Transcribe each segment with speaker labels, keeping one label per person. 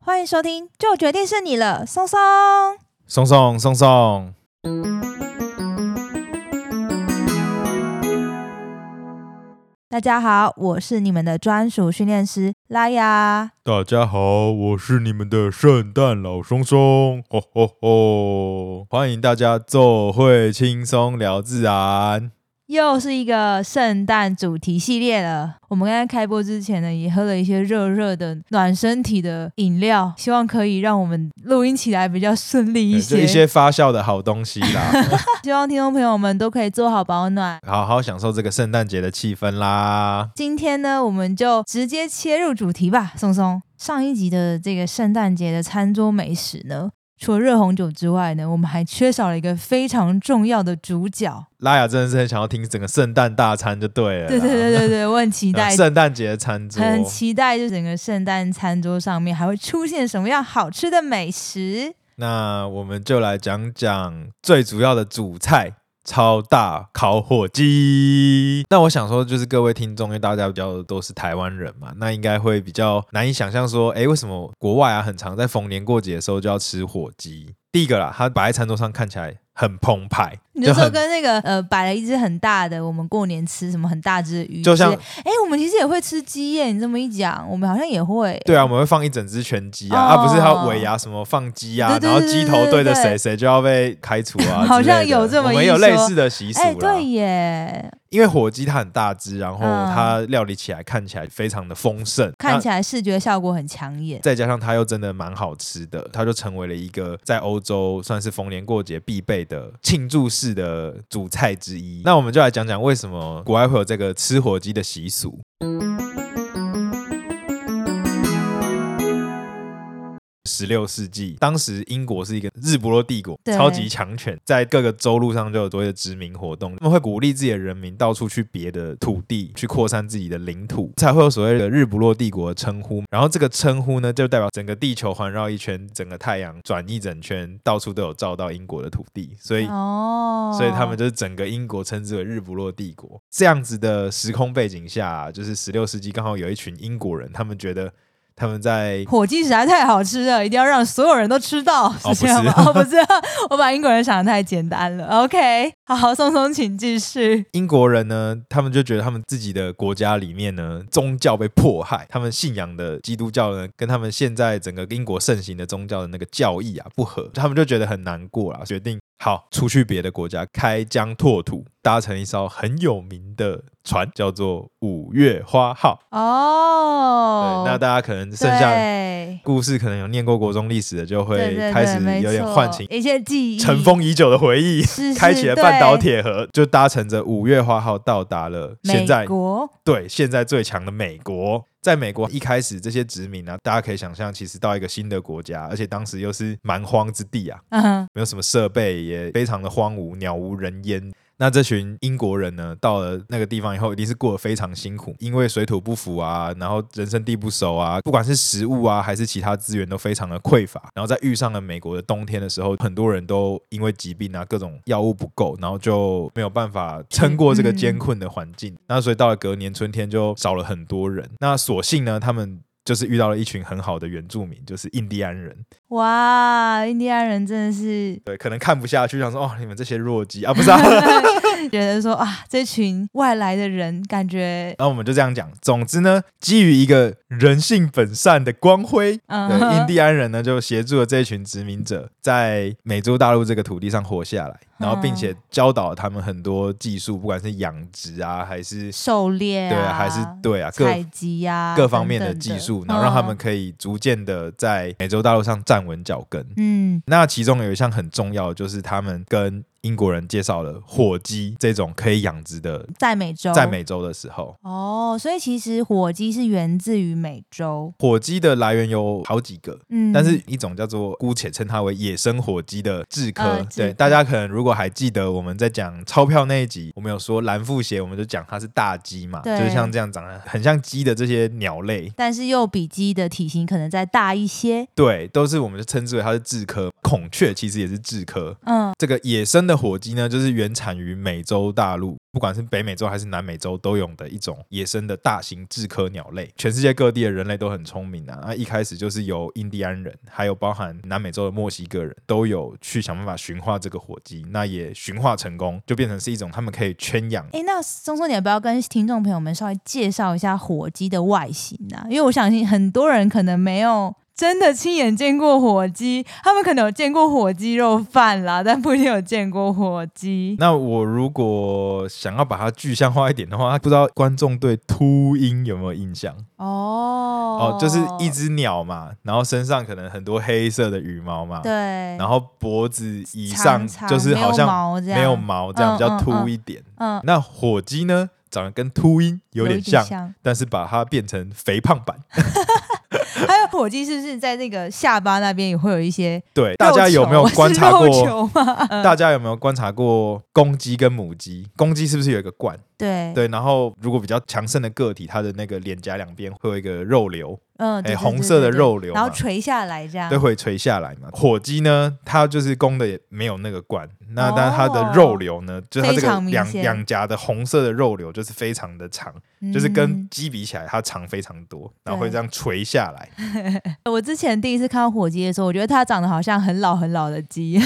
Speaker 1: 欢迎收听，就决定是你了，松松。
Speaker 2: 松松松松，
Speaker 1: 大家好，我是你们的专属训练师拉雅。
Speaker 2: 大家好，我是你们的圣诞老松松，吼吼吼！欢迎大家奏会轻松聊自然。
Speaker 1: 又是一个圣诞主题系列了。我们刚才开播之前呢，也喝了一些热热的暖身体的饮料，希望可以让我们录音起来比较顺利一
Speaker 2: 对就
Speaker 1: 些。
Speaker 2: 哎一些发酵的好东西啦，
Speaker 1: 希望听众朋友们都可以做好保暖。
Speaker 2: 好好享受这个圣诞节的气氛啦。
Speaker 1: 今天呢，我们就直接切入主题吧，松松。上一集的这个圣诞节的餐桌美食呢，除了热红酒之外呢，我们还缺少了一个非常重要的主角。
Speaker 2: 拉雅真的是很想要听整个圣诞大餐就对了啦，
Speaker 1: 对对对对对，我很期待，
Speaker 2: 圣诞节的餐桌，
Speaker 1: 很期待，就整个圣诞餐桌上面还会出现什么样好吃的美食。
Speaker 2: 那我们就来讲讲最主要的主菜——超大烤火鸡。那我想说，就是各位听众，因为大家比较都是台湾人嘛，那应该会比较难以想象说，诶，为什么国外啊，很常在逢年过节的时候就要吃火鸡？第一个啦，它摆在餐桌上看起来很澎湃，
Speaker 1: 你就说
Speaker 2: 很
Speaker 1: 跟那个呃，摆了一只很大的，我们过年吃什么很大只的鱼之类，
Speaker 2: 就像
Speaker 1: 哎，我们其实也会吃鸡耶。你这么一讲，我们好像也会。
Speaker 2: 对啊，我们会放一整只全鸡啊，
Speaker 1: 哦
Speaker 2: 啊不是它尾牙什么放鸡啊，
Speaker 1: 对对
Speaker 2: 然后
Speaker 1: 对
Speaker 2: 鸡
Speaker 1: 对
Speaker 2: 头
Speaker 1: 对
Speaker 2: 对着
Speaker 1: 对
Speaker 2: 谁谁就要被开除啊之类 的，
Speaker 1: 好像有这么
Speaker 2: 我
Speaker 1: 一
Speaker 2: 们有类
Speaker 1: 说
Speaker 2: 似的习俗
Speaker 1: 哎，
Speaker 2: 啦。
Speaker 1: 对耶，
Speaker 2: 因为火鸡它很大只，然后
Speaker 1: 嗯
Speaker 2: 它料理起来看起来非常的丰盛，
Speaker 1: 看
Speaker 2: 那
Speaker 1: 起来视觉效果很抢眼。
Speaker 2: 再加上它又真的蛮好吃的，它就成为了一个在欧洲算是逢年过节必备的庆祝式的主菜之一。那我们就来讲讲为什么国外会有这个吃火鸡的习俗。十六世纪，当时英国是一个日不落帝国，
Speaker 1: 对
Speaker 2: 超级强权，在各个州路上就有所谓的殖民活动，他们会鼓励自己的人民到处去别的土地去扩散自己的领土，才会有所谓的日不落帝国的称呼。然后这个称呼呢，就代表整个地球环绕一圈，整个太阳转一整圈，到处都有照到英国的土地，所以
Speaker 1: 哦，
Speaker 2: 所以他们就是整个英国称之为日不落帝国。这样子的时空背景下、就是十六世纪刚好有一群英国人，他们觉得他们在
Speaker 1: 火鸡实在太好吃了，一定要让所有人都吃到，
Speaker 2: 哦
Speaker 1: 这样吗？
Speaker 2: 不是
Speaker 1: 哦，不是， 我把英国人想的太简单了。OK，好，松松，请继续。
Speaker 2: 英国人呢，他们就觉得他们自己的国家里面呢，宗教被迫害，他们信仰的基督教呢，跟他们现在整个英国盛行的宗教的那个教义啊不合，他们就觉得很难过啦，决定好出去别的国家，开疆拓土，搭乘一艘很有名的船，叫做五月花号。
Speaker 1: 哦，
Speaker 2: 对，那大家可能剩下
Speaker 1: 对
Speaker 2: 故事可能有念过国中历史的，
Speaker 1: 对
Speaker 2: 就会
Speaker 1: 对
Speaker 2: 开
Speaker 1: 对
Speaker 2: 始
Speaker 1: 没
Speaker 2: 有点
Speaker 1: 错
Speaker 2: 唤起
Speaker 1: 一些记忆，
Speaker 2: 尘封已久的回忆。
Speaker 1: 是
Speaker 2: 开启了半岛。
Speaker 1: 是
Speaker 2: 铁盒，就搭乘着五月花号到达了
Speaker 1: 对
Speaker 2: 现在
Speaker 1: 美国
Speaker 2: 对，现在最强的美国，在美国一开始这些殖民啊，大家可以想象，其实到一个新的国家，而且当时又是蛮荒之地啊，
Speaker 1: 嗯，
Speaker 2: 没有什么设备，也非常的荒芜，鸟无人烟。那这群英国人呢，到了那个地方以后，一定是过得非常辛苦，因为水土不服啊，然后人生地不熟啊，不管是食物啊，还是其他资源都非常的匮乏。然后在遇上了美国的冬天的时候，很多人都因为疾病啊，各种药物不够，然后就没有办法撑过这个艰困的环境。那所以到了隔年春天，就少了很多人。那所幸呢，他们就是遇到了一群很好的原住民，就是印第安人。
Speaker 1: 哇，印第安人真的是
Speaker 2: 对，可能看不下去，想说哦，你们这些弱鸡啊，不是啊。
Speaker 1: 觉得说啊，这群外来的人感觉，
Speaker 2: 然后我们就这样讲。总之呢，基于一个人性本善的光辉，
Speaker 1: 嗯
Speaker 2: 对
Speaker 1: 哼，
Speaker 2: 印第安人呢就协助了这一群殖民者在美洲大陆这个土地上活下来，然后并
Speaker 1: 嗯
Speaker 2: 且教导他们很多技术，不管是养殖啊，还是
Speaker 1: 狩猎啊，
Speaker 2: 对啊，还是对啊，各
Speaker 1: 采集呀、
Speaker 2: 各方面的
Speaker 1: 等等
Speaker 2: 技术，然后让他们
Speaker 1: 嗯
Speaker 2: 可以逐渐的在美洲大陆上站稳脚跟。
Speaker 1: 嗯
Speaker 2: 那其中有一项很重要的，就是他们跟英国人介绍了火鸡这种可以养殖的，
Speaker 1: 在美洲，
Speaker 2: 在美洲的时候，
Speaker 1: 哦，所以其实火鸡是源自于美洲，
Speaker 2: 火鸡的来源有好几个。
Speaker 1: 嗯，
Speaker 2: 但是一种叫做姑且称它为野生火鸡的雉科，
Speaker 1: 呃雉科
Speaker 2: 对大家可能如果还记得我们在讲钞票那一集，我们有说蓝腹鸨，我们就讲它是大鸡嘛，就
Speaker 1: 对
Speaker 2: 是像这样长得很像鸡的这些鸟类，
Speaker 1: 但是又比鸡的体型可能再大一些，
Speaker 2: 对，都是我们就称之为它是雉科。孔雀其实也是雉科，
Speaker 1: 嗯，
Speaker 2: 这个野生的火鸡呢，就是原产于美洲大陆，不管是北美洲还是南美洲都有的一种野生的大型雉科鸟类。全世界各地的人类都很聪明啊，那一开始就是由印第安人，还有包含南美洲的墨西哥人都有去想办法驯化这个火鸡，那也驯化成功，就变成是一种他们可以圈养。
Speaker 1: 哎，那松松，你要不要跟听众朋友们稍微介绍一下火鸡的外形啊？因为我相信很多人可能没有真的亲眼见过火鸡，他们可能有见过火鸡肉饭啦，但不一定有见过火鸡。
Speaker 2: 那我如果想要把它具象化一点的话，不知道观众对秃鹰有没有印象？
Speaker 1: 哦
Speaker 2: 哦，就是一只鸟嘛，然后身上可能很多黑色的羽毛嘛，
Speaker 1: 对，
Speaker 2: 然后脖子以
Speaker 1: 长
Speaker 2: 上
Speaker 1: 长
Speaker 2: 就是好像
Speaker 1: 没
Speaker 2: 没有
Speaker 1: 有毛这样
Speaker 2: 毛，这
Speaker 1: 嗯
Speaker 2: 样比较
Speaker 1: 嗯
Speaker 2: 秃一点。
Speaker 1: 嗯，
Speaker 2: 那火鸡呢，长得跟秃鹰有点
Speaker 1: 一
Speaker 2: 像，但是把它变成肥胖版。
Speaker 1: 还有火鸡是不是在那个下巴那边也会有一些
Speaker 2: 对， 大家有没有
Speaker 1: 肉球啊
Speaker 2: 观察
Speaker 1: 是肉
Speaker 2: 过？
Speaker 1: 球 吗？
Speaker 2: 大家有没有观察过公鸡跟母鸡？公鸡是不是有一个冠？
Speaker 1: 对，
Speaker 2: 对，然后如果比较强盛的个体，它的那个脸颊两边会有一个肉瘤，
Speaker 1: 嗯，对对
Speaker 2: 哎红
Speaker 1: 对
Speaker 2: 色的
Speaker 1: 对对
Speaker 2: 肉瘤
Speaker 1: 然后
Speaker 2: 嘛
Speaker 1: 垂下来这样
Speaker 2: 都。会垂下来嘛。火鸡呢，它就是公的也没有那个冠，那
Speaker 1: 哦
Speaker 2: 但它的肉瘤呢，就是它这
Speaker 1: 非
Speaker 2: 个
Speaker 1: 常明
Speaker 2: 两
Speaker 1: 显嗯
Speaker 2: 两颊的红色的肉瘤就是非常的长，就是跟鸡比起来，它长非常多，然后会
Speaker 1: 对
Speaker 2: 这样垂下 来。
Speaker 1: 嗯我之前第一次看到火鸡的时候，我觉得它长得好像很老很老的鸡，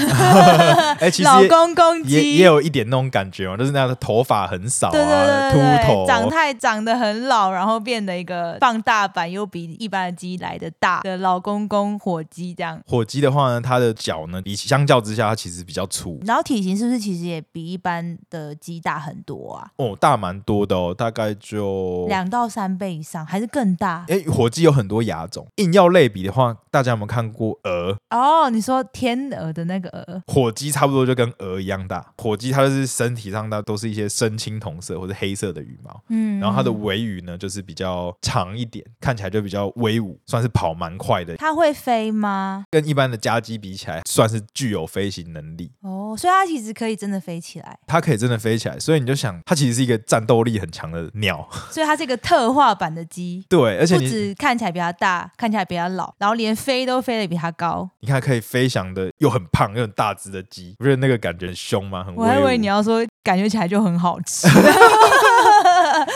Speaker 2: 哎，其实
Speaker 1: 老公公
Speaker 2: 也也
Speaker 1: 鸡，
Speaker 2: 也有一点那种感觉哦，就是那样的头发很少
Speaker 1: 对
Speaker 2: 啊，
Speaker 1: 对对
Speaker 2: 秃
Speaker 1: 对对，
Speaker 2: 头。
Speaker 1: 长太长得很老，然后变得一个放大版又比一般的鸡来的大的老公公火鸡这样。
Speaker 2: 火鸡的话呢，它的脚呢，比起相较之下，它其实比较粗
Speaker 1: 然后体型是不是其实也比一般的鸡大很多啊？
Speaker 2: 哦，大蛮多的哦，大概就
Speaker 1: 两到三倍以上，还是更大？
Speaker 2: 哎，火鸡有很多亚种，硬要类比的话，大家有没有看过鹅？
Speaker 1: 哦，你说天鹅的那个鹅，
Speaker 2: 火鸡差不多就跟鹅一样大，火鸡它就是身体上它都是一些深青铜色或者黑色的羽毛，
Speaker 1: 嗯，
Speaker 2: 然后它的尾羽呢就是比较长一点，看起来就比较威武，算是跑蛮快的，
Speaker 1: 它会飞吗？
Speaker 2: 跟一般的家鸡比起来，算是具有飞行能力。
Speaker 1: 哦，所以它其实可以真的飞起来，
Speaker 2: 它可以真的飞起来，所以你就想，它其实是一个战斗力很强的鸟，
Speaker 1: 所以它是一个特化版的鸡。
Speaker 2: 对，而且
Speaker 1: 不
Speaker 2: 你
Speaker 1: 止看起来比较大，看起来比较老，然后连飞都飞得比它高。
Speaker 2: 你看可以飞翔的又很胖又很大只的鸡，不是那个感觉很凶吗？很
Speaker 1: 我还以
Speaker 2: 威武
Speaker 1: 为你要说感觉起来就很好 吃。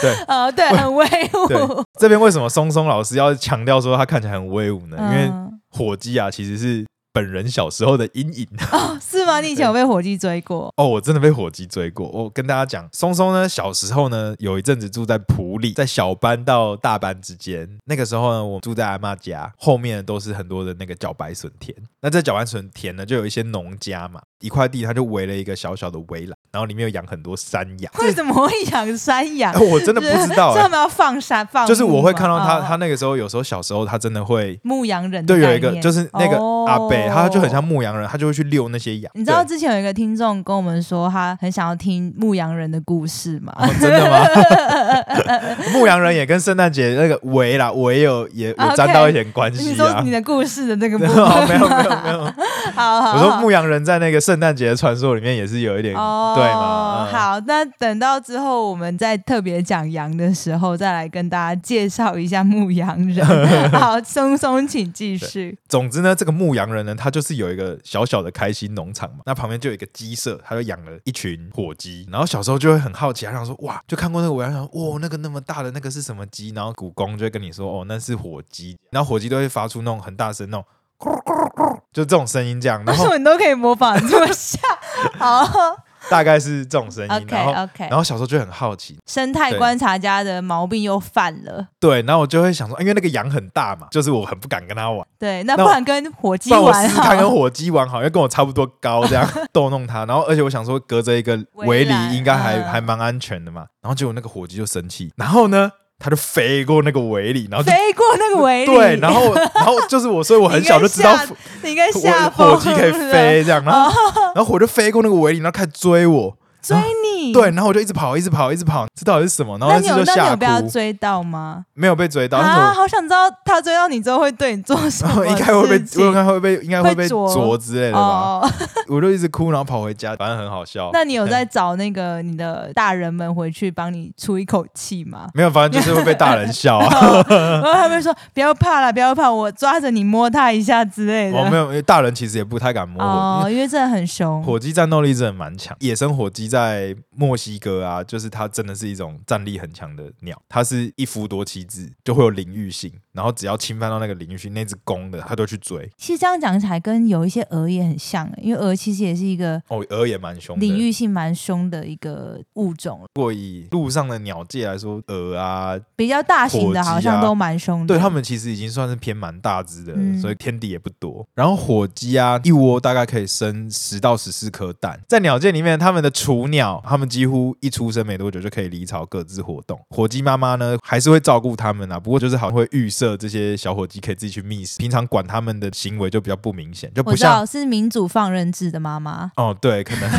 Speaker 2: 对，
Speaker 1: 呃，对，很威武
Speaker 2: 对。这边为什么松松老师要强调说它看起来很威武呢？因为
Speaker 1: 嗯
Speaker 2: 火鸡啊，其实是本人小时候的阴影。
Speaker 1: 哦，是吗？你以前有被火鸡追过？
Speaker 2: 哦，我真的被火鸡追过。我跟大家讲，松松呢，小时候呢，有一阵子住在埔里，在小班到大班之间。那个时候呢，我住在阿嬷家，后面都是很多的那个茭白笋田。那在茭白笋田呢，就有一些农家嘛，一块地他就围了一个小小的围栏，然后里面有养很多山羊。
Speaker 1: 为什么会啊养山羊
Speaker 2: 哎？ 我真的不知道、
Speaker 1: 所以他
Speaker 2: 哎
Speaker 1: 们要放山放牧吗，
Speaker 2: 就是我会看到他，
Speaker 1: 哦
Speaker 2: 他那个时候有时候小时候他真的会。
Speaker 1: 牧羊人的
Speaker 2: 对，有
Speaker 1: 概
Speaker 2: 一个
Speaker 1: 念
Speaker 2: 就是那个阿北，他就很。
Speaker 1: 哦
Speaker 2: 像牧羊人，他就会去遛那些羊。
Speaker 1: 你知道
Speaker 2: 对
Speaker 1: 之前有一个听众跟我们说，他很想要听牧羊人的故事吗？
Speaker 2: 哦，真的吗？牧羊人也跟圣诞节那个围啦，围有也有沾到一点关
Speaker 1: 啊你
Speaker 2: 系
Speaker 1: 说
Speaker 2: 啊
Speaker 1: 你。的故事的那个部
Speaker 2: 没
Speaker 1: 分
Speaker 2: 有没有没有没 有，
Speaker 1: 好好
Speaker 2: 我
Speaker 1: 好，
Speaker 2: 说牧羊人在那个圣诞节的传说里面也是有一点对
Speaker 1: 哦，
Speaker 2: 嘛？嗯，
Speaker 1: 好，那等到之后我们再特别讲羊的时候，再来跟大家介绍一下牧羊 人。好，松松，请继续。
Speaker 2: 总之呢，这个牧羊人呢，他就是有一个小小的开心农场嘛，那旁边就有一个鸡舍，他就养了一群火鸡。然后小时候就会很好奇，他想说哇，就看过那个围栏，想说哦哇，那个那么大的那个是什么鸡？然后古公就会跟你说哦，那是火鸡。然后火鸡都会发出那种很大声那种咕噜咕噜咕噜，就这种声音这样。
Speaker 1: 为
Speaker 2: 然
Speaker 1: 什
Speaker 2: 后
Speaker 1: 么你都可以模仿这么像？好
Speaker 2: 大概是这种声音。
Speaker 1: ，OK
Speaker 2: 哎然后，
Speaker 1: OK，
Speaker 2: 然后小时候就很好奇，
Speaker 1: 生态
Speaker 2: 对
Speaker 1: 观察家的毛病又犯了。
Speaker 2: 对，然后我就会想说，因为那个羊很大嘛，就是我很不敢跟它玩，
Speaker 1: 对，那
Speaker 2: 那
Speaker 1: 不
Speaker 2: 我
Speaker 1: 然跟火
Speaker 2: 不
Speaker 1: 鸡啊
Speaker 2: 然我
Speaker 1: 玩
Speaker 2: 试试看跟
Speaker 1: 好。
Speaker 2: 火鸡玩好，因为跟我差不多高，这样逗弄它。然后，而且我想说，隔着一个围
Speaker 1: 围
Speaker 2: 篱
Speaker 1: 栏
Speaker 2: 应该还、
Speaker 1: 嗯
Speaker 2: 还蛮安全的嘛。然后结果那个火鸡就生气，然后呢，它就飞过那个围篱，哦然后就。
Speaker 1: 飞过那个围篱，
Speaker 2: 对，然后然后就是我，所以我很小就知道
Speaker 1: 你应该吓你应该吓
Speaker 2: 火
Speaker 1: 疯了。
Speaker 2: 火鸡可以飞这样，然后
Speaker 1: 哦
Speaker 2: 然后火就飞过那个围篱，然后开始追我，
Speaker 1: 追你，
Speaker 2: 对，，然后我就一直跑，一直跑，一直跑，这到底是什么？然
Speaker 1: 那
Speaker 2: 后那
Speaker 1: 你
Speaker 2: 次
Speaker 1: 有
Speaker 2: 就
Speaker 1: 那你
Speaker 2: 吓
Speaker 1: 有被他
Speaker 2: 哭，
Speaker 1: 追到吗？
Speaker 2: 没有被追到，但是我
Speaker 1: 啊，好想知道他追到你之后会对你 做什么事情？
Speaker 2: 应该会被，我应 该会被，应该会被
Speaker 1: 会啄
Speaker 2: 啄之类的吧。
Speaker 1: 哦，
Speaker 2: 我就一直哭，然后跑回家，反正很好笑。？
Speaker 1: 那你有在找那个你的大人们回去帮你出一口气吗 哦
Speaker 2: 没有？反正就是会被大人笑 啊。
Speaker 1: 然后他们说不要怕啦，不要怕，我抓着你摸他一下之类的。哦
Speaker 2: 我没有，因为大人其实也不太敢摸火鸡。
Speaker 1: 哦，因为真的很凶。
Speaker 2: 火鸡战斗力真的蛮强，野生火鸡在墨西哥啊，就是它真的是一种战力很强的鸟，它是一夫多妻制，就会有领域性，然后只要侵犯到那个领域性，那只公的它就去追。
Speaker 1: 其实这样讲起来，跟有一些鹅也很像、欸，因为鹅其实也是一个
Speaker 2: 哦，鹅也蛮凶的。
Speaker 1: 领域性蛮凶的一个物种，
Speaker 2: 如果以路上的鸟界来说，鹅啊，
Speaker 1: 比较大型的
Speaker 2: 火鸡啊
Speaker 1: 好像都蛮凶的。
Speaker 2: 对它们其实已经算是偏蛮大只的了，
Speaker 1: 嗯
Speaker 2: 所以天敌也不多。然后火鸡啊，一窝大概可以生十到十四颗蛋。在鸟界里面，它们的雏鸟，它们几乎一出生没多久就可以离巢各自活动。火鸡妈妈呢，还是会照顾它们啊，不过就是好像会预设这些小火鸡可以自己去觅食，平常管它们的行为就比较不明显，就
Speaker 1: 我
Speaker 2: 不
Speaker 1: 知
Speaker 2: 像
Speaker 1: 道是民主放任制的妈妈，
Speaker 2: 哦，对，可能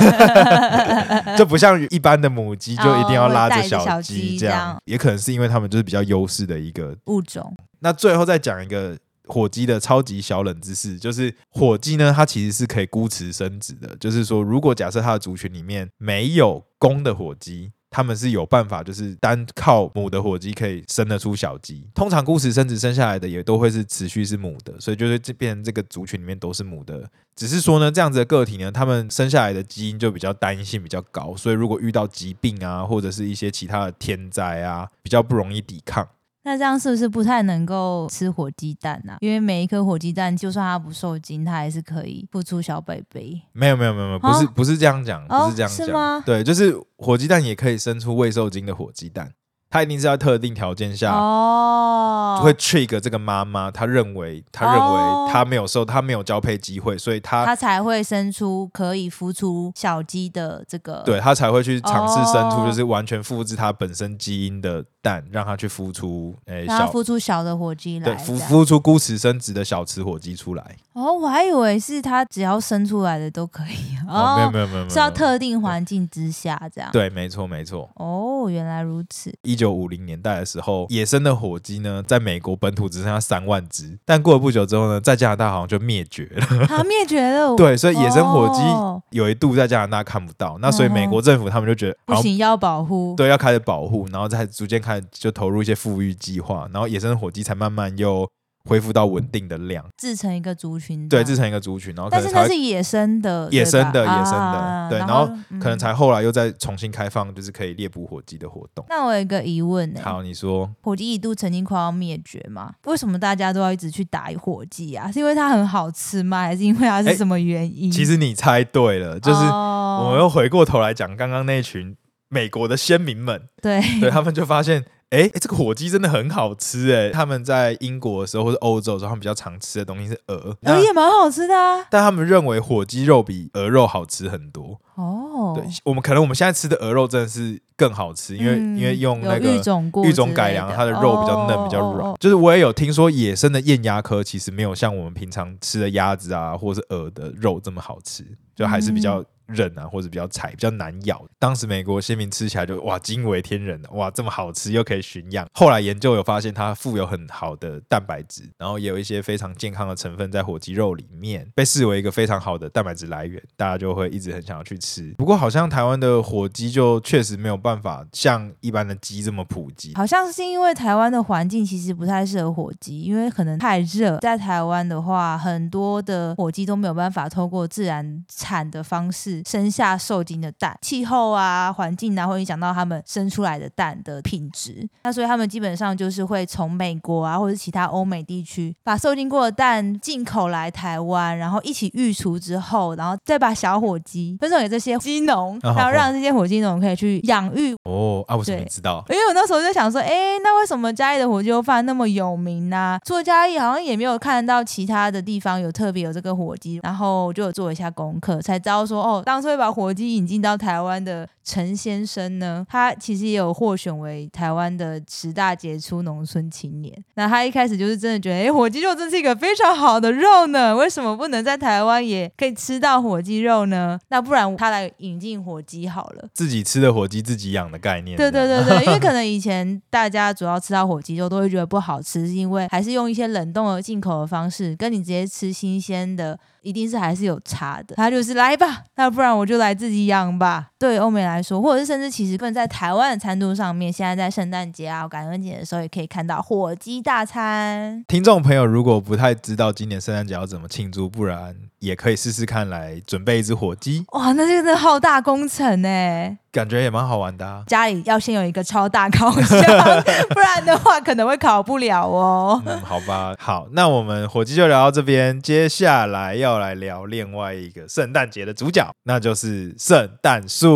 Speaker 2: 就不像一般的母鸡，就一定要拉着小鸡这
Speaker 1: 哦会带着小鸡这
Speaker 2: 样
Speaker 1: 样，
Speaker 2: 也可能是因为它们就是比较优势的一个。
Speaker 1: 物种
Speaker 2: 那最后再讲一个火鸡的超级小冷知识，就是火鸡呢，它其实是可以孤雌生子的，就是说，如果假设它的族群里面没有公的火鸡。它们是有办法，就是单靠母的火鸡可以生得出小鸡。通常孤雌生殖生下来的也都会是持续是母的，所以就是这变成这个族群里面都是母的只是说呢，这样子的个体呢，他们生下来的基因就比较单一性比较高，所以如果遇到疾病啊，或者是一些其他的天灾啊，比较不容易抵抗。
Speaker 1: 那这样是不是不太能够吃火鸡蛋啊？因为每一颗火鸡蛋，就算它不受精，它还是可以孵出小 baby。
Speaker 2: 没有没有没有没有，不是、
Speaker 1: 哦
Speaker 2: 不是这样讲，
Speaker 1: 哦
Speaker 2: 不是这样
Speaker 1: 是
Speaker 2: 讲，
Speaker 1: 吗
Speaker 2: 对，就是火鸡蛋也可以生出未受精的火鸡蛋，它一定是要特定条件下。
Speaker 1: 哦，
Speaker 2: 啊会 trigger 这个妈妈，她认为，她认
Speaker 1: 哦
Speaker 2: 为她没有受，她没有交配机会，所以她
Speaker 1: 它才会生出可以孵出小鸡的这个。
Speaker 2: 对它才会去尝试生出
Speaker 1: 哦
Speaker 2: 就是完全复制它本身基因的蛋，让它去孵出诶、
Speaker 1: 然
Speaker 2: 小
Speaker 1: 后孵出小的火鸡来，
Speaker 2: 对，
Speaker 1: 这
Speaker 2: 孵
Speaker 1: 样
Speaker 2: 孵出孤雌生殖的小雌火鸡出来。
Speaker 1: 哦，我还以为是它只要生出来的都可以啊
Speaker 2: 哦，没有没有没有，没有
Speaker 1: 是要特定环境之下这样。
Speaker 2: 对，没错没错。
Speaker 1: 哦，原来如此。
Speaker 2: 一九五零年代的时候，野生的火鸡呢，在美国本土只剩下三万只，但过了不久之后呢，在加拿大好像就灭绝了。
Speaker 1: 它灭绝了。，
Speaker 2: 对，所以野生火鸡
Speaker 1: 哦嗯
Speaker 2: 有一度在加拿大看不到，那所以美国政府他们就觉得
Speaker 1: 不
Speaker 2: 好像
Speaker 1: 行，要保护。
Speaker 2: 对，要开始保护，然后再逐渐开始就投入一些富裕计划，然后野生火鸡才慢慢又恢复到稳定的量，
Speaker 1: 制成一个族群。
Speaker 2: 对，制。成一个族群，然后
Speaker 1: 嗯
Speaker 2: 可
Speaker 1: 但
Speaker 2: 能
Speaker 1: 是
Speaker 2: 才
Speaker 1: 那
Speaker 2: 会
Speaker 1: 是野生的，
Speaker 2: 野生的
Speaker 1: 对吧
Speaker 2: 野生的
Speaker 1: 啊
Speaker 2: 对
Speaker 1: 然
Speaker 2: 然后可能。
Speaker 1: 嗯
Speaker 2: 才后来又再重新开放，就是可以猎捕火鸡的活动。
Speaker 1: 那我有一个疑问呢、
Speaker 2: 好，你说
Speaker 1: 火鸡一度曾经快要灭绝嘛？为什么大家都要一直去打火鸡啊？是因为它很好吃吗？还是因为它
Speaker 2: 哎
Speaker 1: 是什么原因？
Speaker 2: 其实你猜对了，就是
Speaker 1: 哦
Speaker 2: 我
Speaker 1: 我
Speaker 2: 们又回过头来讲刚刚那群美国的先 民们，
Speaker 1: 对
Speaker 2: 对他们就发现。哎、诶这个火鸡真的很好吃哎！他们在英国的时候或者欧洲的时候，他们比较常吃的东西是鹅，
Speaker 1: 鹅
Speaker 2: 那
Speaker 1: 哦也蛮好吃的啊。
Speaker 2: 但他们认为火鸡肉比鹅肉好吃很多。
Speaker 1: 哦，
Speaker 2: 对，我们可能我们现在吃的鹅肉真的是更好吃，因为、
Speaker 1: 嗯
Speaker 2: 因为用那
Speaker 1: 有
Speaker 2: 个
Speaker 1: 育种过
Speaker 2: 育种
Speaker 1: 之类
Speaker 2: 改良，它的肉比较嫩，
Speaker 1: 哦
Speaker 2: 比较软。
Speaker 1: 哦哦
Speaker 2: 就是我也有听说，野生的雁鸭科其实没有像我们平常吃的鸭子啊，或是鹅的肉这么好吃，就还是比较韧啊，或者比较柴，比较难咬。当时美国先民吃起来就哇惊为天人，啊哇这么好吃又可以驯养。后来研究有发现，它富有很好的蛋白质，然后也有一些非常健康的成分在火鸡肉里面，被视为一个非常好的蛋白质来源，大家就会一直很想要去吃。不过好像台湾的火鸡就确实没有办法像一般的鸡这么普及，
Speaker 1: 好像是因为台湾的环境其实不太适合火鸡，因为可能太热。在台湾的话，很多的火鸡都没有办法透过自然产的方式生下受精的蛋，气候啊、环境啊会影响到它们生出来的蛋的品质。那所以他们基本上就是会从美国啊或者其他欧美地区把受精过的蛋进口来台湾，然后一起育雏之后，然后再把小火鸡分送给这些鸡农，
Speaker 2: 啊好
Speaker 1: 然后让这些火鸡农可以去养育
Speaker 2: 哦啊，我怎么
Speaker 1: 对
Speaker 2: 知道？
Speaker 1: 因为哎我那时候就想说，哎、那为什么嘉义的火鸡肉饭那么有名呢、做嘉义好像也没有看到其他的地方有特别有这个火鸡，然后我就有做一下功课，才知道说，哦，当初会把火鸡引进到台湾的陈先生呢，他其实也有获选为台湾的十大杰出农村青年。那他一开始就是真的觉得，哎、火鸡肉真是一个非常好的肉呢，为什么不能在台湾也可以吃到火鸡肉呢？那不然他来引进火鸡好了。
Speaker 2: 自己吃的火鸡自己养的概念。
Speaker 1: 对对
Speaker 2: 这样，
Speaker 1: 对对，因为可能以前大家主要吃到火鸡肉都会觉得不好吃，是因为还是用一些冷冻的进口的方式，跟你直接吃新鲜的，一定是还是有差的。他就是来吧，那不然我就来自己养吧。对于欧美来说，或者是甚至其实更在台湾的餐桌上面，现在在圣诞节啊、感恩节的时候，也可以看到火鸡大餐。
Speaker 2: 听众朋友如果不太知道今年圣诞节要怎么庆祝，不然也可以试试看来准备一只火鸡，
Speaker 1: 哇，那真的浩大工程哎！
Speaker 2: 感觉也蛮好玩的、啊。
Speaker 1: 家里要先有一个超大烤箱， 不然的话可能会烤不了哦。
Speaker 2: 嗯，好吧，好，那我们火鸡就聊到这边，接下来要来聊另外一个圣诞节的主角，那就是圣诞树。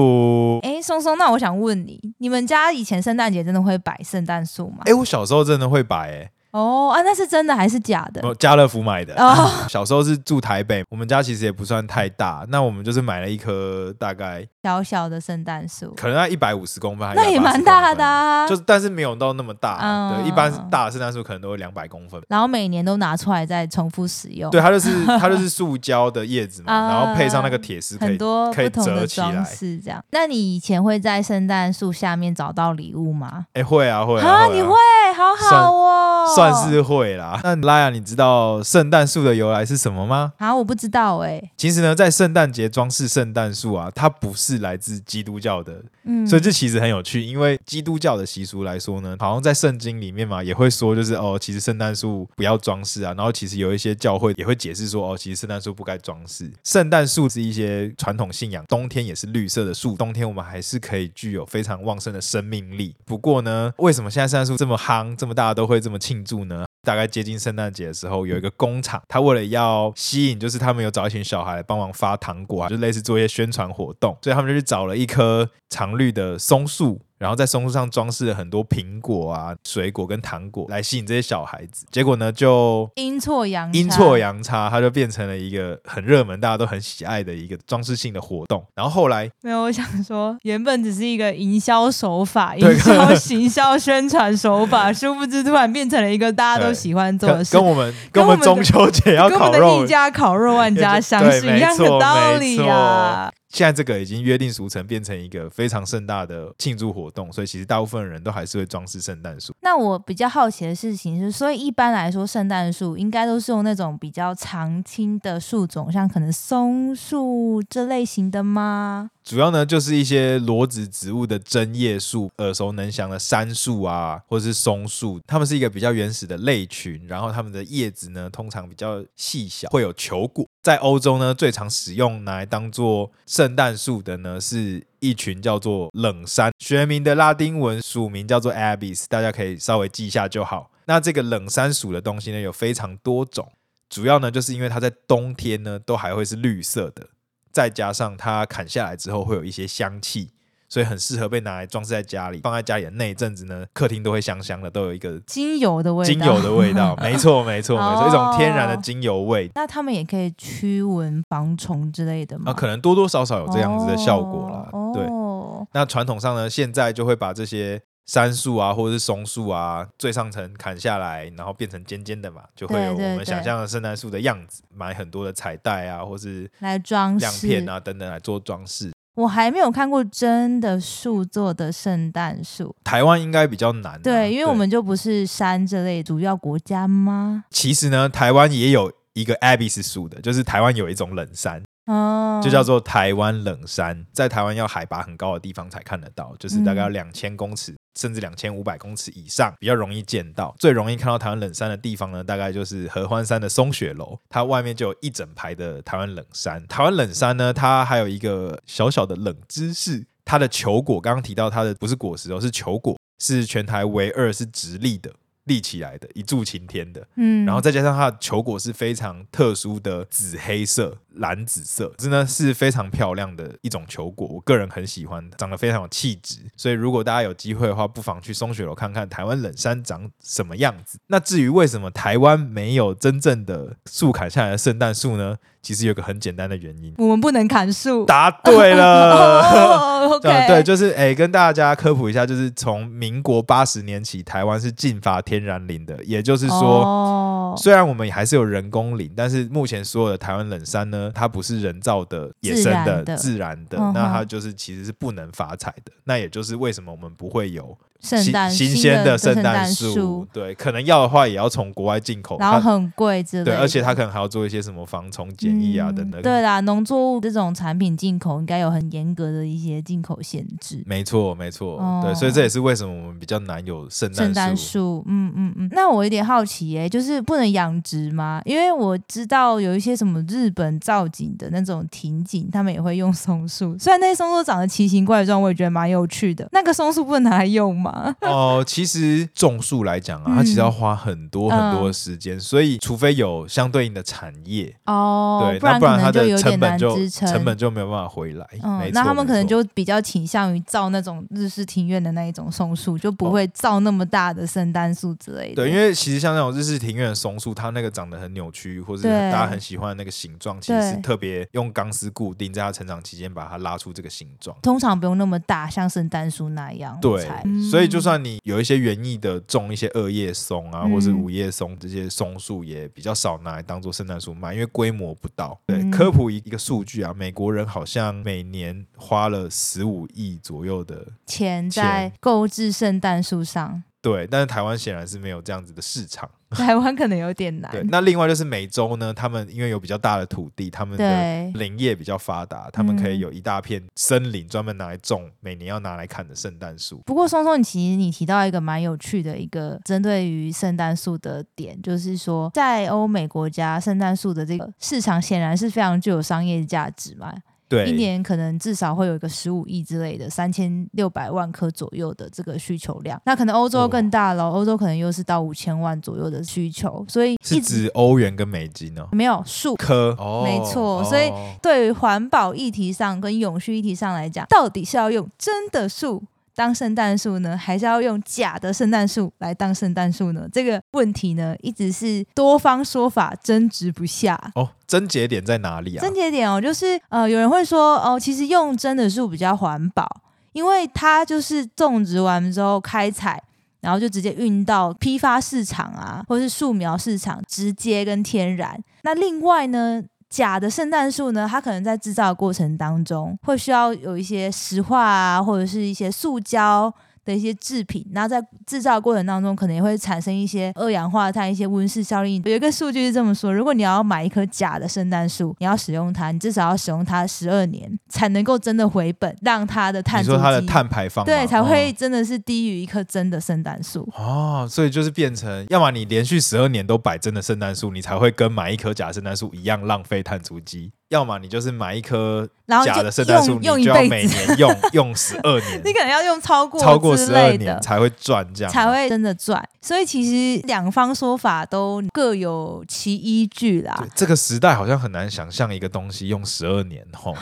Speaker 1: 哎，松松，那我想问你，你们家以前圣诞节真的会摆圣诞树吗
Speaker 2: 哎、？我小时候真的会摆、欸，
Speaker 1: 哦啊，那是真的还是假的？
Speaker 2: 我家乐福买的。
Speaker 1: 哦，
Speaker 2: 小时候是住台北，我们家其实也不算太大，那我们就是买了一棵大概
Speaker 1: 小小的圣诞树，
Speaker 2: 可能要一百五十公分，还
Speaker 1: 那也
Speaker 2: 180
Speaker 1: 蛮大的、啊
Speaker 2: 公分，。就是但是没有到那么大。
Speaker 1: 嗯
Speaker 2: 对，一般大的圣诞树可能都会两百公分。
Speaker 1: 然后每年都拿出来再重复使用，
Speaker 2: 对，它啊就是它就是塑胶的叶子嘛，
Speaker 1: 啊
Speaker 2: 然后配上那个铁丝，可
Speaker 1: 很
Speaker 2: 以
Speaker 1: 多
Speaker 2: 可
Speaker 1: 不
Speaker 2: 以
Speaker 1: 同的
Speaker 2: 折起
Speaker 1: 装
Speaker 2: 来。
Speaker 1: 饰这样。那你以前会在圣诞树下面找到礼物吗？
Speaker 2: 哎，会啊会啊，
Speaker 1: 你
Speaker 2: 啊
Speaker 1: 会，好好哦，
Speaker 2: 算是会啦。那拉雅，你知道圣诞树的由来是什么吗？
Speaker 1: 啊，我不知道哎、
Speaker 2: 其实呢，在圣诞节装饰圣诞树啊，它不是来自基督教的
Speaker 1: 嗯，
Speaker 2: 所以这其实很有趣，因为基督教的习俗来说呢，好像在圣经里面嘛，也会说就是哦，其实圣诞树不要装饰啊。然后其实有一些教会也会解释说哦，其实圣诞树不该装饰。圣诞树是一些传统信仰，冬天也是绿色的树，冬天我们还是可以具有非常旺盛的生命力。不过呢，为什么现在圣诞树这么夯，这么大家都会这么庆祝呢？大概接近圣诞节的时候，有一个工厂，他为了要吸引，就是他们有找一群小孩来帮忙发糖果啊，就类似做一些宣传活动，所以他们就去找了一棵常绿的松树。然后在松树上装饰了很多苹果啊、水果跟糖果，来吸引这些小孩子。结果呢，就
Speaker 1: 阴错阳差
Speaker 2: 阴错阳差，它就变成了一个很热门、大家都很喜爱的一个装饰性的活动。然后后来
Speaker 1: 没有，我想说，原本只是一个营销手法，
Speaker 2: 对
Speaker 1: 营销、行销、宣传手 法，殊不知突然变成了一个大家都
Speaker 2: 对
Speaker 1: 喜欢做
Speaker 2: 跟
Speaker 1: 的事
Speaker 2: 跟。我们
Speaker 1: 跟
Speaker 2: 跟
Speaker 1: 我
Speaker 2: 我
Speaker 1: 们
Speaker 2: 们
Speaker 1: 的
Speaker 2: 中秋节要
Speaker 1: 跟我
Speaker 2: 烤
Speaker 1: 们的
Speaker 2: 肉
Speaker 1: 一家烤肉万家
Speaker 2: 对
Speaker 1: 香是
Speaker 2: 没
Speaker 1: 一样的
Speaker 2: 错
Speaker 1: 道
Speaker 2: 没
Speaker 1: 理啊
Speaker 2: 错
Speaker 1: 呀、
Speaker 2: 现在这个已经约定俗成，变成一个非常盛大的庆祝活动，所以其实大部分人都还是会装饰圣诞树。
Speaker 1: 那我比较好奇的事情是，所以一般来说，圣诞树应该都是用那种比较常青的树种，像可能松树这类型的吗？
Speaker 2: 主要呢就是一些裸子植物的针叶树，呃耳熟能详的杉树啊，或者是松树，它们是一个比较原始的类群，然后它们的叶子呢通常比较细小，会有球果。在欧洲呢，最常使用拿来当做圣诞树的呢，是一群叫做冷杉，学名的拉丁文属名叫做 Abies，大家可以稍微记一下就好。那这个冷杉属的东西呢，有非常多种，主要呢就是因为它在冬天呢都还会是绿色的，再加上它砍下来之后会有一些香气，所以很适合被拿来装饰在家里。放在家里的那一阵子呢，客厅都会香香的，都有一个
Speaker 1: 精油的味道，
Speaker 2: 精油的味道。 没错，没错，没错，一种天然的
Speaker 1: 哦
Speaker 2: 精油味。
Speaker 1: 那他们也可以驱蚊、防虫之类的吗？
Speaker 2: 啊，可能多多少少有这样子的效果啦。
Speaker 1: 哦、
Speaker 2: 对，
Speaker 1: 哦
Speaker 2: 那传统上呢，现在就会把这些杉树啊，或者是松树啊，最上层砍下来，然后变成尖尖的嘛，就会有
Speaker 1: 对对
Speaker 2: 我们想
Speaker 1: 对
Speaker 2: 象的圣诞树的样子。买很多的彩带啊，或是
Speaker 1: 来装
Speaker 2: 亮
Speaker 1: 饰
Speaker 2: 片啊等等来做装饰。
Speaker 1: 我还没有看过真的树做的圣诞树，
Speaker 2: 台湾应该比较难啊、
Speaker 1: 对，因为我们就不是山这类主要国家吗？
Speaker 2: 其实呢，台湾也有一个 Abyss 属的，就是台湾有一种冷杉，
Speaker 1: 哦，
Speaker 2: 就叫做台湾冷杉，在台湾要海拔很高的地方才看得到，就是大概要两千公尺。甚至两千五百公尺以上比较容易见到，最容易看到台湾冷杉的地方呢，大概就是合欢山的松雪楼，它外面就有一整排的台湾冷杉。台湾冷杉呢，它还有一个小小的冷知识，它的球果刚刚提到它的不是果实哦，是球果，是全台唯二是直立的，立起来的，一柱擎天的。
Speaker 1: 嗯，
Speaker 2: 然后再加上它的球果是非常特殊的紫黑色、蓝紫色，真的是非常漂亮的一种球果，我个人很喜欢，长得非常有气质。所以如果大家有机会的话，不妨去松雪楼看看台湾冷杉长什么样子。那至于为什么台湾没有真正的树砍下来的圣诞树呢？其实有个很简单的原因，
Speaker 1: 我们不能砍树。
Speaker 2: 答对 了。
Speaker 1: 哦
Speaker 2: 这样
Speaker 1: ，OK，
Speaker 2: 呃对，就是哎、跟大家科普一下，就是从民国八十年起，台湾是禁伐天然林的，也就是说，
Speaker 1: 哦、
Speaker 2: 虽然我们还是有人工林，但是目前所有的台湾冷杉呢，它不是人造的、野生
Speaker 1: 自然
Speaker 2: 的
Speaker 1: 的、
Speaker 2: 自然的，
Speaker 1: 嗯哼
Speaker 2: 那它就是其实是不能发财的。那也就是为什么我们不会有
Speaker 1: 圣诞
Speaker 2: 新
Speaker 1: 新
Speaker 2: 鲜
Speaker 1: 的
Speaker 2: 圣
Speaker 1: 诞
Speaker 2: 树，，对，可能要的话也要从国外进口，
Speaker 1: 然后
Speaker 2: 它
Speaker 1: 很贵之类的。
Speaker 2: 对，而且它可能还要做一些什么防虫检疫啊
Speaker 1: 嗯
Speaker 2: 等等。
Speaker 1: 对啦，农作物这种产品进口应该有很严格的一些进口限制。
Speaker 2: 没错，没错，对，
Speaker 1: 哦
Speaker 2: 所以这也是为什么我们比较难有圣
Speaker 1: 圣
Speaker 2: 诞
Speaker 1: 诞
Speaker 2: 树。
Speaker 1: 树，嗯嗯嗯，那我有点好奇耶、就是不能养殖吗？因为我知道有一些什么日本造景的那种庭景，他们也会用松树，虽然那些松树长得奇形怪状，我也觉得蛮有趣的。那个松树不能拿来用吗？
Speaker 2: 哦，其实种树来讲啊，它
Speaker 1: 嗯
Speaker 2: 其实要花很多很多的时间，所以除非有相对应的产业，
Speaker 1: 哦，
Speaker 2: 对，那
Speaker 1: 然
Speaker 2: 不
Speaker 1: 可
Speaker 2: 然它
Speaker 1: 能就
Speaker 2: 的
Speaker 1: 有点
Speaker 2: 成本
Speaker 1: 难
Speaker 2: 就
Speaker 1: 支撑。
Speaker 2: 成本就没有办法回来。没
Speaker 1: 嗯，
Speaker 2: 错
Speaker 1: 那他们
Speaker 2: 没
Speaker 1: 可能
Speaker 2: 错
Speaker 1: 就比较倾向于造那种日式庭院的那一种松树，就不会造那么大的圣诞树之类的。
Speaker 2: 对，因为其实像那种日式庭院的松树，它那个长得很扭曲，或是
Speaker 1: 对
Speaker 2: 大家很喜欢的那个形状，其实是
Speaker 1: 对
Speaker 2: 特别用钢丝固定，在它成长期间把它拉出这个形状。
Speaker 1: 通常不用那么大，像圣诞树那样。我
Speaker 2: 对
Speaker 1: 猜，
Speaker 2: 所以就算你有一些园艺的种一些二叶松啊，
Speaker 1: 嗯
Speaker 2: 或是五叶松这些松树，也比较少拿来当做圣诞树卖，因为规模不到。对，
Speaker 1: 嗯
Speaker 2: 科普一一个数据啊，美国人好像每年花了十五亿左右的，
Speaker 1: 钱在购置圣诞树上，
Speaker 2: 对，但是台湾显然是没有这样子的市场。
Speaker 1: 台湾可能有点难。
Speaker 2: 对，那另外就是美洲呢，他们因为有比较大的土地，他们的
Speaker 1: 对
Speaker 2: 林业比较发达，他们可以
Speaker 1: 嗯
Speaker 2: 有一大片森林专门拿来种每年要拿来砍的圣诞树。
Speaker 1: 不过松松，其实你提到一个蛮有趣的一个针对于圣诞树的点，就是说在欧美国家，圣诞树的这个市场显然是非常具有商业价值嘛，
Speaker 2: 对，
Speaker 1: 一年可能至少会有一个十五亿之类的三千六百万颗左右的这个需求量。那可能欧洲更大了，欧洲可能又是到五千万左右的需求，所以
Speaker 2: 是
Speaker 1: 一直
Speaker 2: 指欧元跟美金哦。
Speaker 1: 没有数。
Speaker 2: 科，哦
Speaker 1: 没错所以
Speaker 2: 哦
Speaker 1: 对于环保议题上跟永续议题上来讲，到底是要用真的树当圣诞树呢，还是要用假的圣诞树来当圣诞树呢？这个问题呢，一直是多方说法争执不下。
Speaker 2: 哦，症结点在哪里啊？
Speaker 1: 症结点哦，就是呃，有人会说哦，其实用真的树比较环保，因为它就是种植完之后开采。然后就直接运到批发市场啊，或是树苗市场，直接跟天然。那另外呢，假的圣诞树呢，它可能在制造的过程当中会需要有一些石化啊，或者是一些塑胶的一些制品。那在制造的过程当中，可能也会产生一些二氧化碳、一些温室效应。有一个数据是这么说：如果你要买一棵假的圣诞树，你要使用它，你至少要使用它十二年，才能够真的回本，让它的碳
Speaker 2: 你
Speaker 1: 足
Speaker 2: 说它的
Speaker 1: 迹
Speaker 2: 碳排放吗哦
Speaker 1: 对才会真的是低于一棵真的圣诞树。
Speaker 2: 哦哦所以就是变成，要么你连续十二年都摆真的圣诞树，你才会跟买一棵假圣诞树一样浪费碳足迹；要么你就是买一棵
Speaker 1: 然后
Speaker 2: 假
Speaker 1: 就
Speaker 2: 的圣诞树，
Speaker 1: 用用
Speaker 2: 你
Speaker 1: 一
Speaker 2: 就要每
Speaker 1: 辈子，
Speaker 2: 年用用十二年
Speaker 1: 你，可能要用超过
Speaker 2: 超过
Speaker 1: 之
Speaker 2: 十二
Speaker 1: 类的
Speaker 2: 年。才会赚这样。
Speaker 1: 才会真的赚，所以其实两方说法都各有其依据啦
Speaker 2: 对。这个时代好像很难想象一个东西用十二年吼，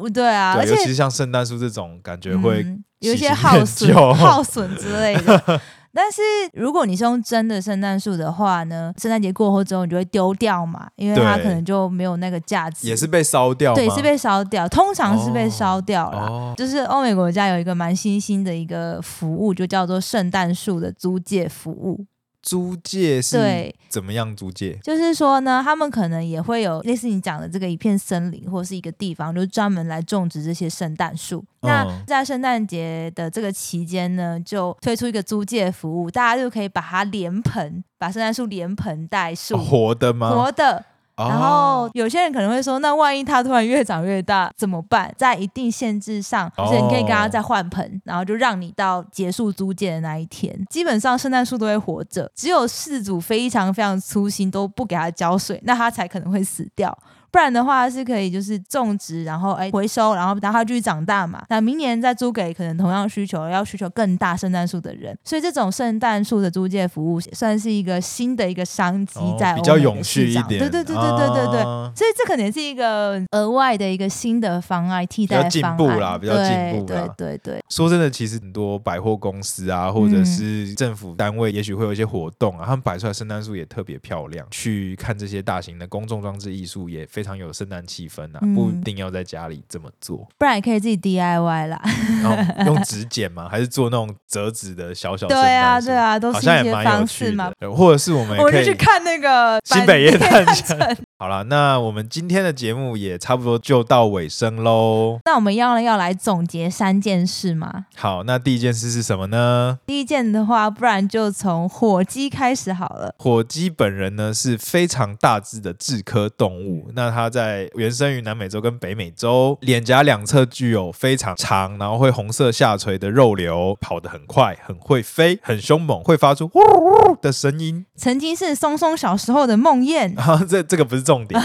Speaker 1: 对对啊，而
Speaker 2: 对，
Speaker 1: 且
Speaker 2: 尤其是像圣诞树这种感觉会
Speaker 1: 嗯、有一
Speaker 2: 喜
Speaker 1: 些
Speaker 2: 新
Speaker 1: 耗
Speaker 2: 厌
Speaker 1: 损、
Speaker 2: 旧
Speaker 1: 耗损之类 的。但是如果你是用真的圣诞树的话呢，圣诞节过后之后你就会丢掉嘛，因为它
Speaker 2: 对
Speaker 1: 可能就没有那个价值，
Speaker 2: 也是被烧掉吗，
Speaker 1: 对，是被烧掉，通常是被
Speaker 2: 哦
Speaker 1: 烧掉啦。
Speaker 2: 哦
Speaker 1: 就是欧美国家有一个蛮新兴的一个服务，就叫做圣诞树的租借服务。
Speaker 2: 租借是
Speaker 1: 对，
Speaker 2: 怎么样租借？
Speaker 1: 就是说呢，他们可能也会有类似你讲的这个一片森林或是一个地方，就是专门来种植这些圣诞树。
Speaker 2: 嗯
Speaker 1: 那在圣诞节的这个期间呢，就推出一个租借服务，大家就可以把它连盆，把圣诞树连盆带树。
Speaker 2: 哦活的吗？
Speaker 1: 活的，
Speaker 2: 哦
Speaker 1: 然后有些人可能会说，那万一它突然越长越大怎么办？在一定限制上，就是你可以跟它再换盆，然后就让你到结束租借的那一天。基本上圣诞树都会活着，只有事主非常非常粗心，都不给它浇水，那它才可能会死掉。不然的话是可以就是种植，然后哎回收，然后让它继续长大嘛。那明年再租给可能同样需求要需求更大圣诞树的人，所以这种圣诞树的租借服务算是一个新的一个商机
Speaker 2: 哦
Speaker 1: 在、
Speaker 2: 比较永续一点，
Speaker 1: 对对对对对对对。
Speaker 2: 啊
Speaker 1: 所以这可能是一个额外的一个新的方案，替代
Speaker 2: 比较进
Speaker 1: 方案
Speaker 2: 步啦比较进步
Speaker 1: 对
Speaker 2: 啦
Speaker 1: 对对对，
Speaker 2: 说真的，其实很多百货公司啊，或者
Speaker 1: 嗯
Speaker 2: 是政府单位，也许会有一些活动啊，他们摆出来圣诞树也特别漂亮。去看这些大型的公众装置艺术也非常有圣诞气氛啊，
Speaker 1: 嗯
Speaker 2: 不一定要在家里这么做。
Speaker 1: 不然也可以自己 DIY 啦。
Speaker 2: 然后用纸剪吗？还是做那种折纸的小小圣
Speaker 1: 对啊，
Speaker 2: 诞树？
Speaker 1: 对啊，都
Speaker 2: 好
Speaker 1: 是
Speaker 2: 像
Speaker 1: 一
Speaker 2: 也
Speaker 1: 些
Speaker 2: 蛮有
Speaker 1: 方
Speaker 2: 趣
Speaker 1: 式嘛
Speaker 2: 的。。呃或者是我们也
Speaker 1: 我
Speaker 2: 可
Speaker 1: 就
Speaker 2: 以
Speaker 1: 去看那个
Speaker 2: 新北夜
Speaker 1: 探
Speaker 2: 探城。 好了，那我们今天的节目也差不多就到尾声喽。
Speaker 1: 那我们要要来总结三件事吗？
Speaker 2: 好，那第一件事是什么呢？
Speaker 1: 第一件的话，不然就从火鸡开始好了。
Speaker 2: 火鸡本人呢是非常大只的雉科动
Speaker 1: 嗯
Speaker 2: 物，那它在原生于南美洲跟北美洲，脸颊两侧具有非常长，然后会红色下垂的肉瘤，跑得很快，很会飞，很凶猛，会发出呜呜的声音。
Speaker 1: 曾经是松松小时候的梦魇。
Speaker 2: 然后这这个不是 重点，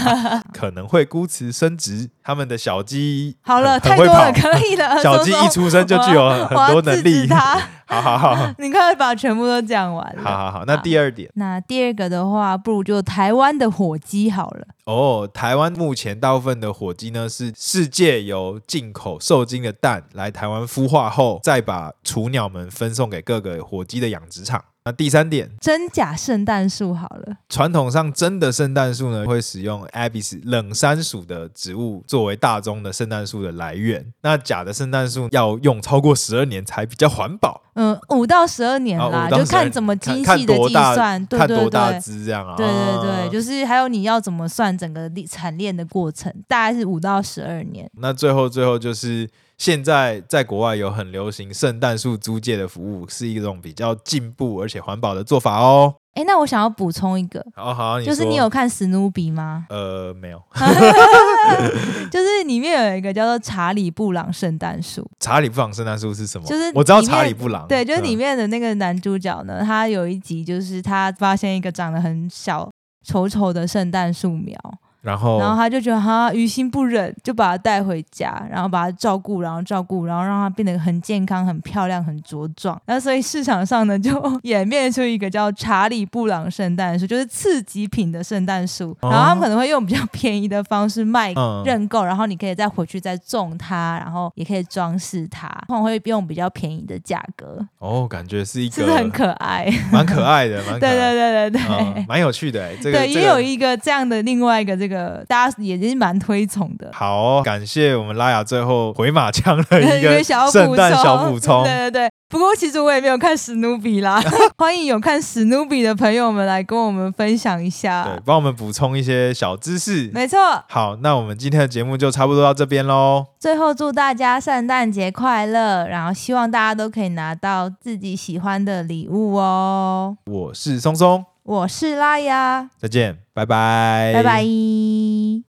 Speaker 2: 可能会孤雌生殖，它们的小鸡
Speaker 1: 好了，
Speaker 2: 很
Speaker 1: 太
Speaker 2: 很会
Speaker 1: 多了，
Speaker 2: 跑，
Speaker 1: 可以了。
Speaker 2: 小鸡一出生就具有很多能力。
Speaker 1: 他，
Speaker 2: 好好好，
Speaker 1: 你快把全部都讲完
Speaker 2: 好
Speaker 1: 了。
Speaker 2: 好好。那第二点
Speaker 1: 那第二个的话，不如就台湾的火鸡好了。
Speaker 2: 哦，台湾目前大部分的火鸡呢是世界由进口受精的蛋来台湾孵化后，再把雏鸟们分送给各个火鸡的养殖场。那第三点，
Speaker 1: 真假圣诞树好了，
Speaker 2: 传统上真的圣诞树呢会使用 Abies 冷杉属的植物作为大宗的圣诞树的来源。那假的圣诞树要用超过十二年才比较环保。
Speaker 1: 嗯，五到十二年
Speaker 2: 啊
Speaker 1: 啦，
Speaker 2: 5到
Speaker 1: 就
Speaker 2: 12
Speaker 1: 看怎么精
Speaker 2: 看
Speaker 1: 细的
Speaker 2: 多
Speaker 1: 计
Speaker 2: 大
Speaker 1: 算，对
Speaker 2: 看
Speaker 1: 对
Speaker 2: 多大
Speaker 1: 对，
Speaker 2: 只这样啊？
Speaker 1: 对对
Speaker 2: 啊
Speaker 1: 对，就是还有你要怎么算整个历产链的过程，大概是五到十二年。
Speaker 2: 那最后最后就是现在在国外有很流行圣诞树租借的服务，是一种比较进步而且环保的做法哦。
Speaker 1: 哎，那我想要补充一个，
Speaker 2: 好好，你
Speaker 1: 就是
Speaker 2: 说
Speaker 1: 你有看史努比 吗？
Speaker 2: 呃没有
Speaker 1: 就是里面有一个叫做查理布朗圣诞树，
Speaker 2: 查理布朗圣诞树是什么？
Speaker 1: 就是
Speaker 2: 我知道
Speaker 1: 里面
Speaker 2: 查理布朗，
Speaker 1: 对，就是里
Speaker 2: 嗯
Speaker 1: 面的那个男主角呢，他有一集就是他发现一个长得很小。丑丑的圣诞树苗，
Speaker 2: 然后
Speaker 1: 然后他就觉得哈于心不忍，就把它带回家，然后把它照顾，然后照顾，然后让它变得很健康、很漂亮、很茁壮。那所以市场上呢，就 演变出一个叫查理布朗圣诞树，就是次级品的圣诞树。
Speaker 2: 哦
Speaker 1: 然后他们可能会用比较便宜的方式卖
Speaker 2: 嗯
Speaker 1: 认购，然后你可以再回去再种它，然后也可以装饰它，通常会用比较便宜的价格，
Speaker 2: 哦，感觉是一
Speaker 1: 是不是很
Speaker 2: 个
Speaker 1: 可爱？
Speaker 2: 蛮可爱 的，蛮可
Speaker 1: 对
Speaker 2: 爱
Speaker 1: 对对对
Speaker 2: 的。
Speaker 1: 对。
Speaker 2: 嗯蛮有趣的欸，这个
Speaker 1: 对，
Speaker 2: 这
Speaker 1: 也有
Speaker 2: 个
Speaker 1: 一个这样的另外一个，这个大家也是蛮推崇的。
Speaker 2: 好哦，感谢我们拉雅最后回马枪 的 一
Speaker 1: 一
Speaker 2: 个
Speaker 1: 个小
Speaker 2: 圣诞小补 充，
Speaker 1: 对对对。不过其实我也没有看史努比啦， 欢迎有看史努比的朋友们来跟我们分享一
Speaker 2: 对
Speaker 1: 下。，
Speaker 2: 帮我们补充一些小知识。
Speaker 1: 没错，
Speaker 2: 好，那我们今天的节目就差不多到这边喽。
Speaker 1: 最后祝大家圣诞节快乐，然后希望大家都可以拿到自己喜欢的礼物哦。
Speaker 2: 我是松松，
Speaker 1: 我是拉雅，
Speaker 2: 哎再见，拜拜，
Speaker 1: 拜拜。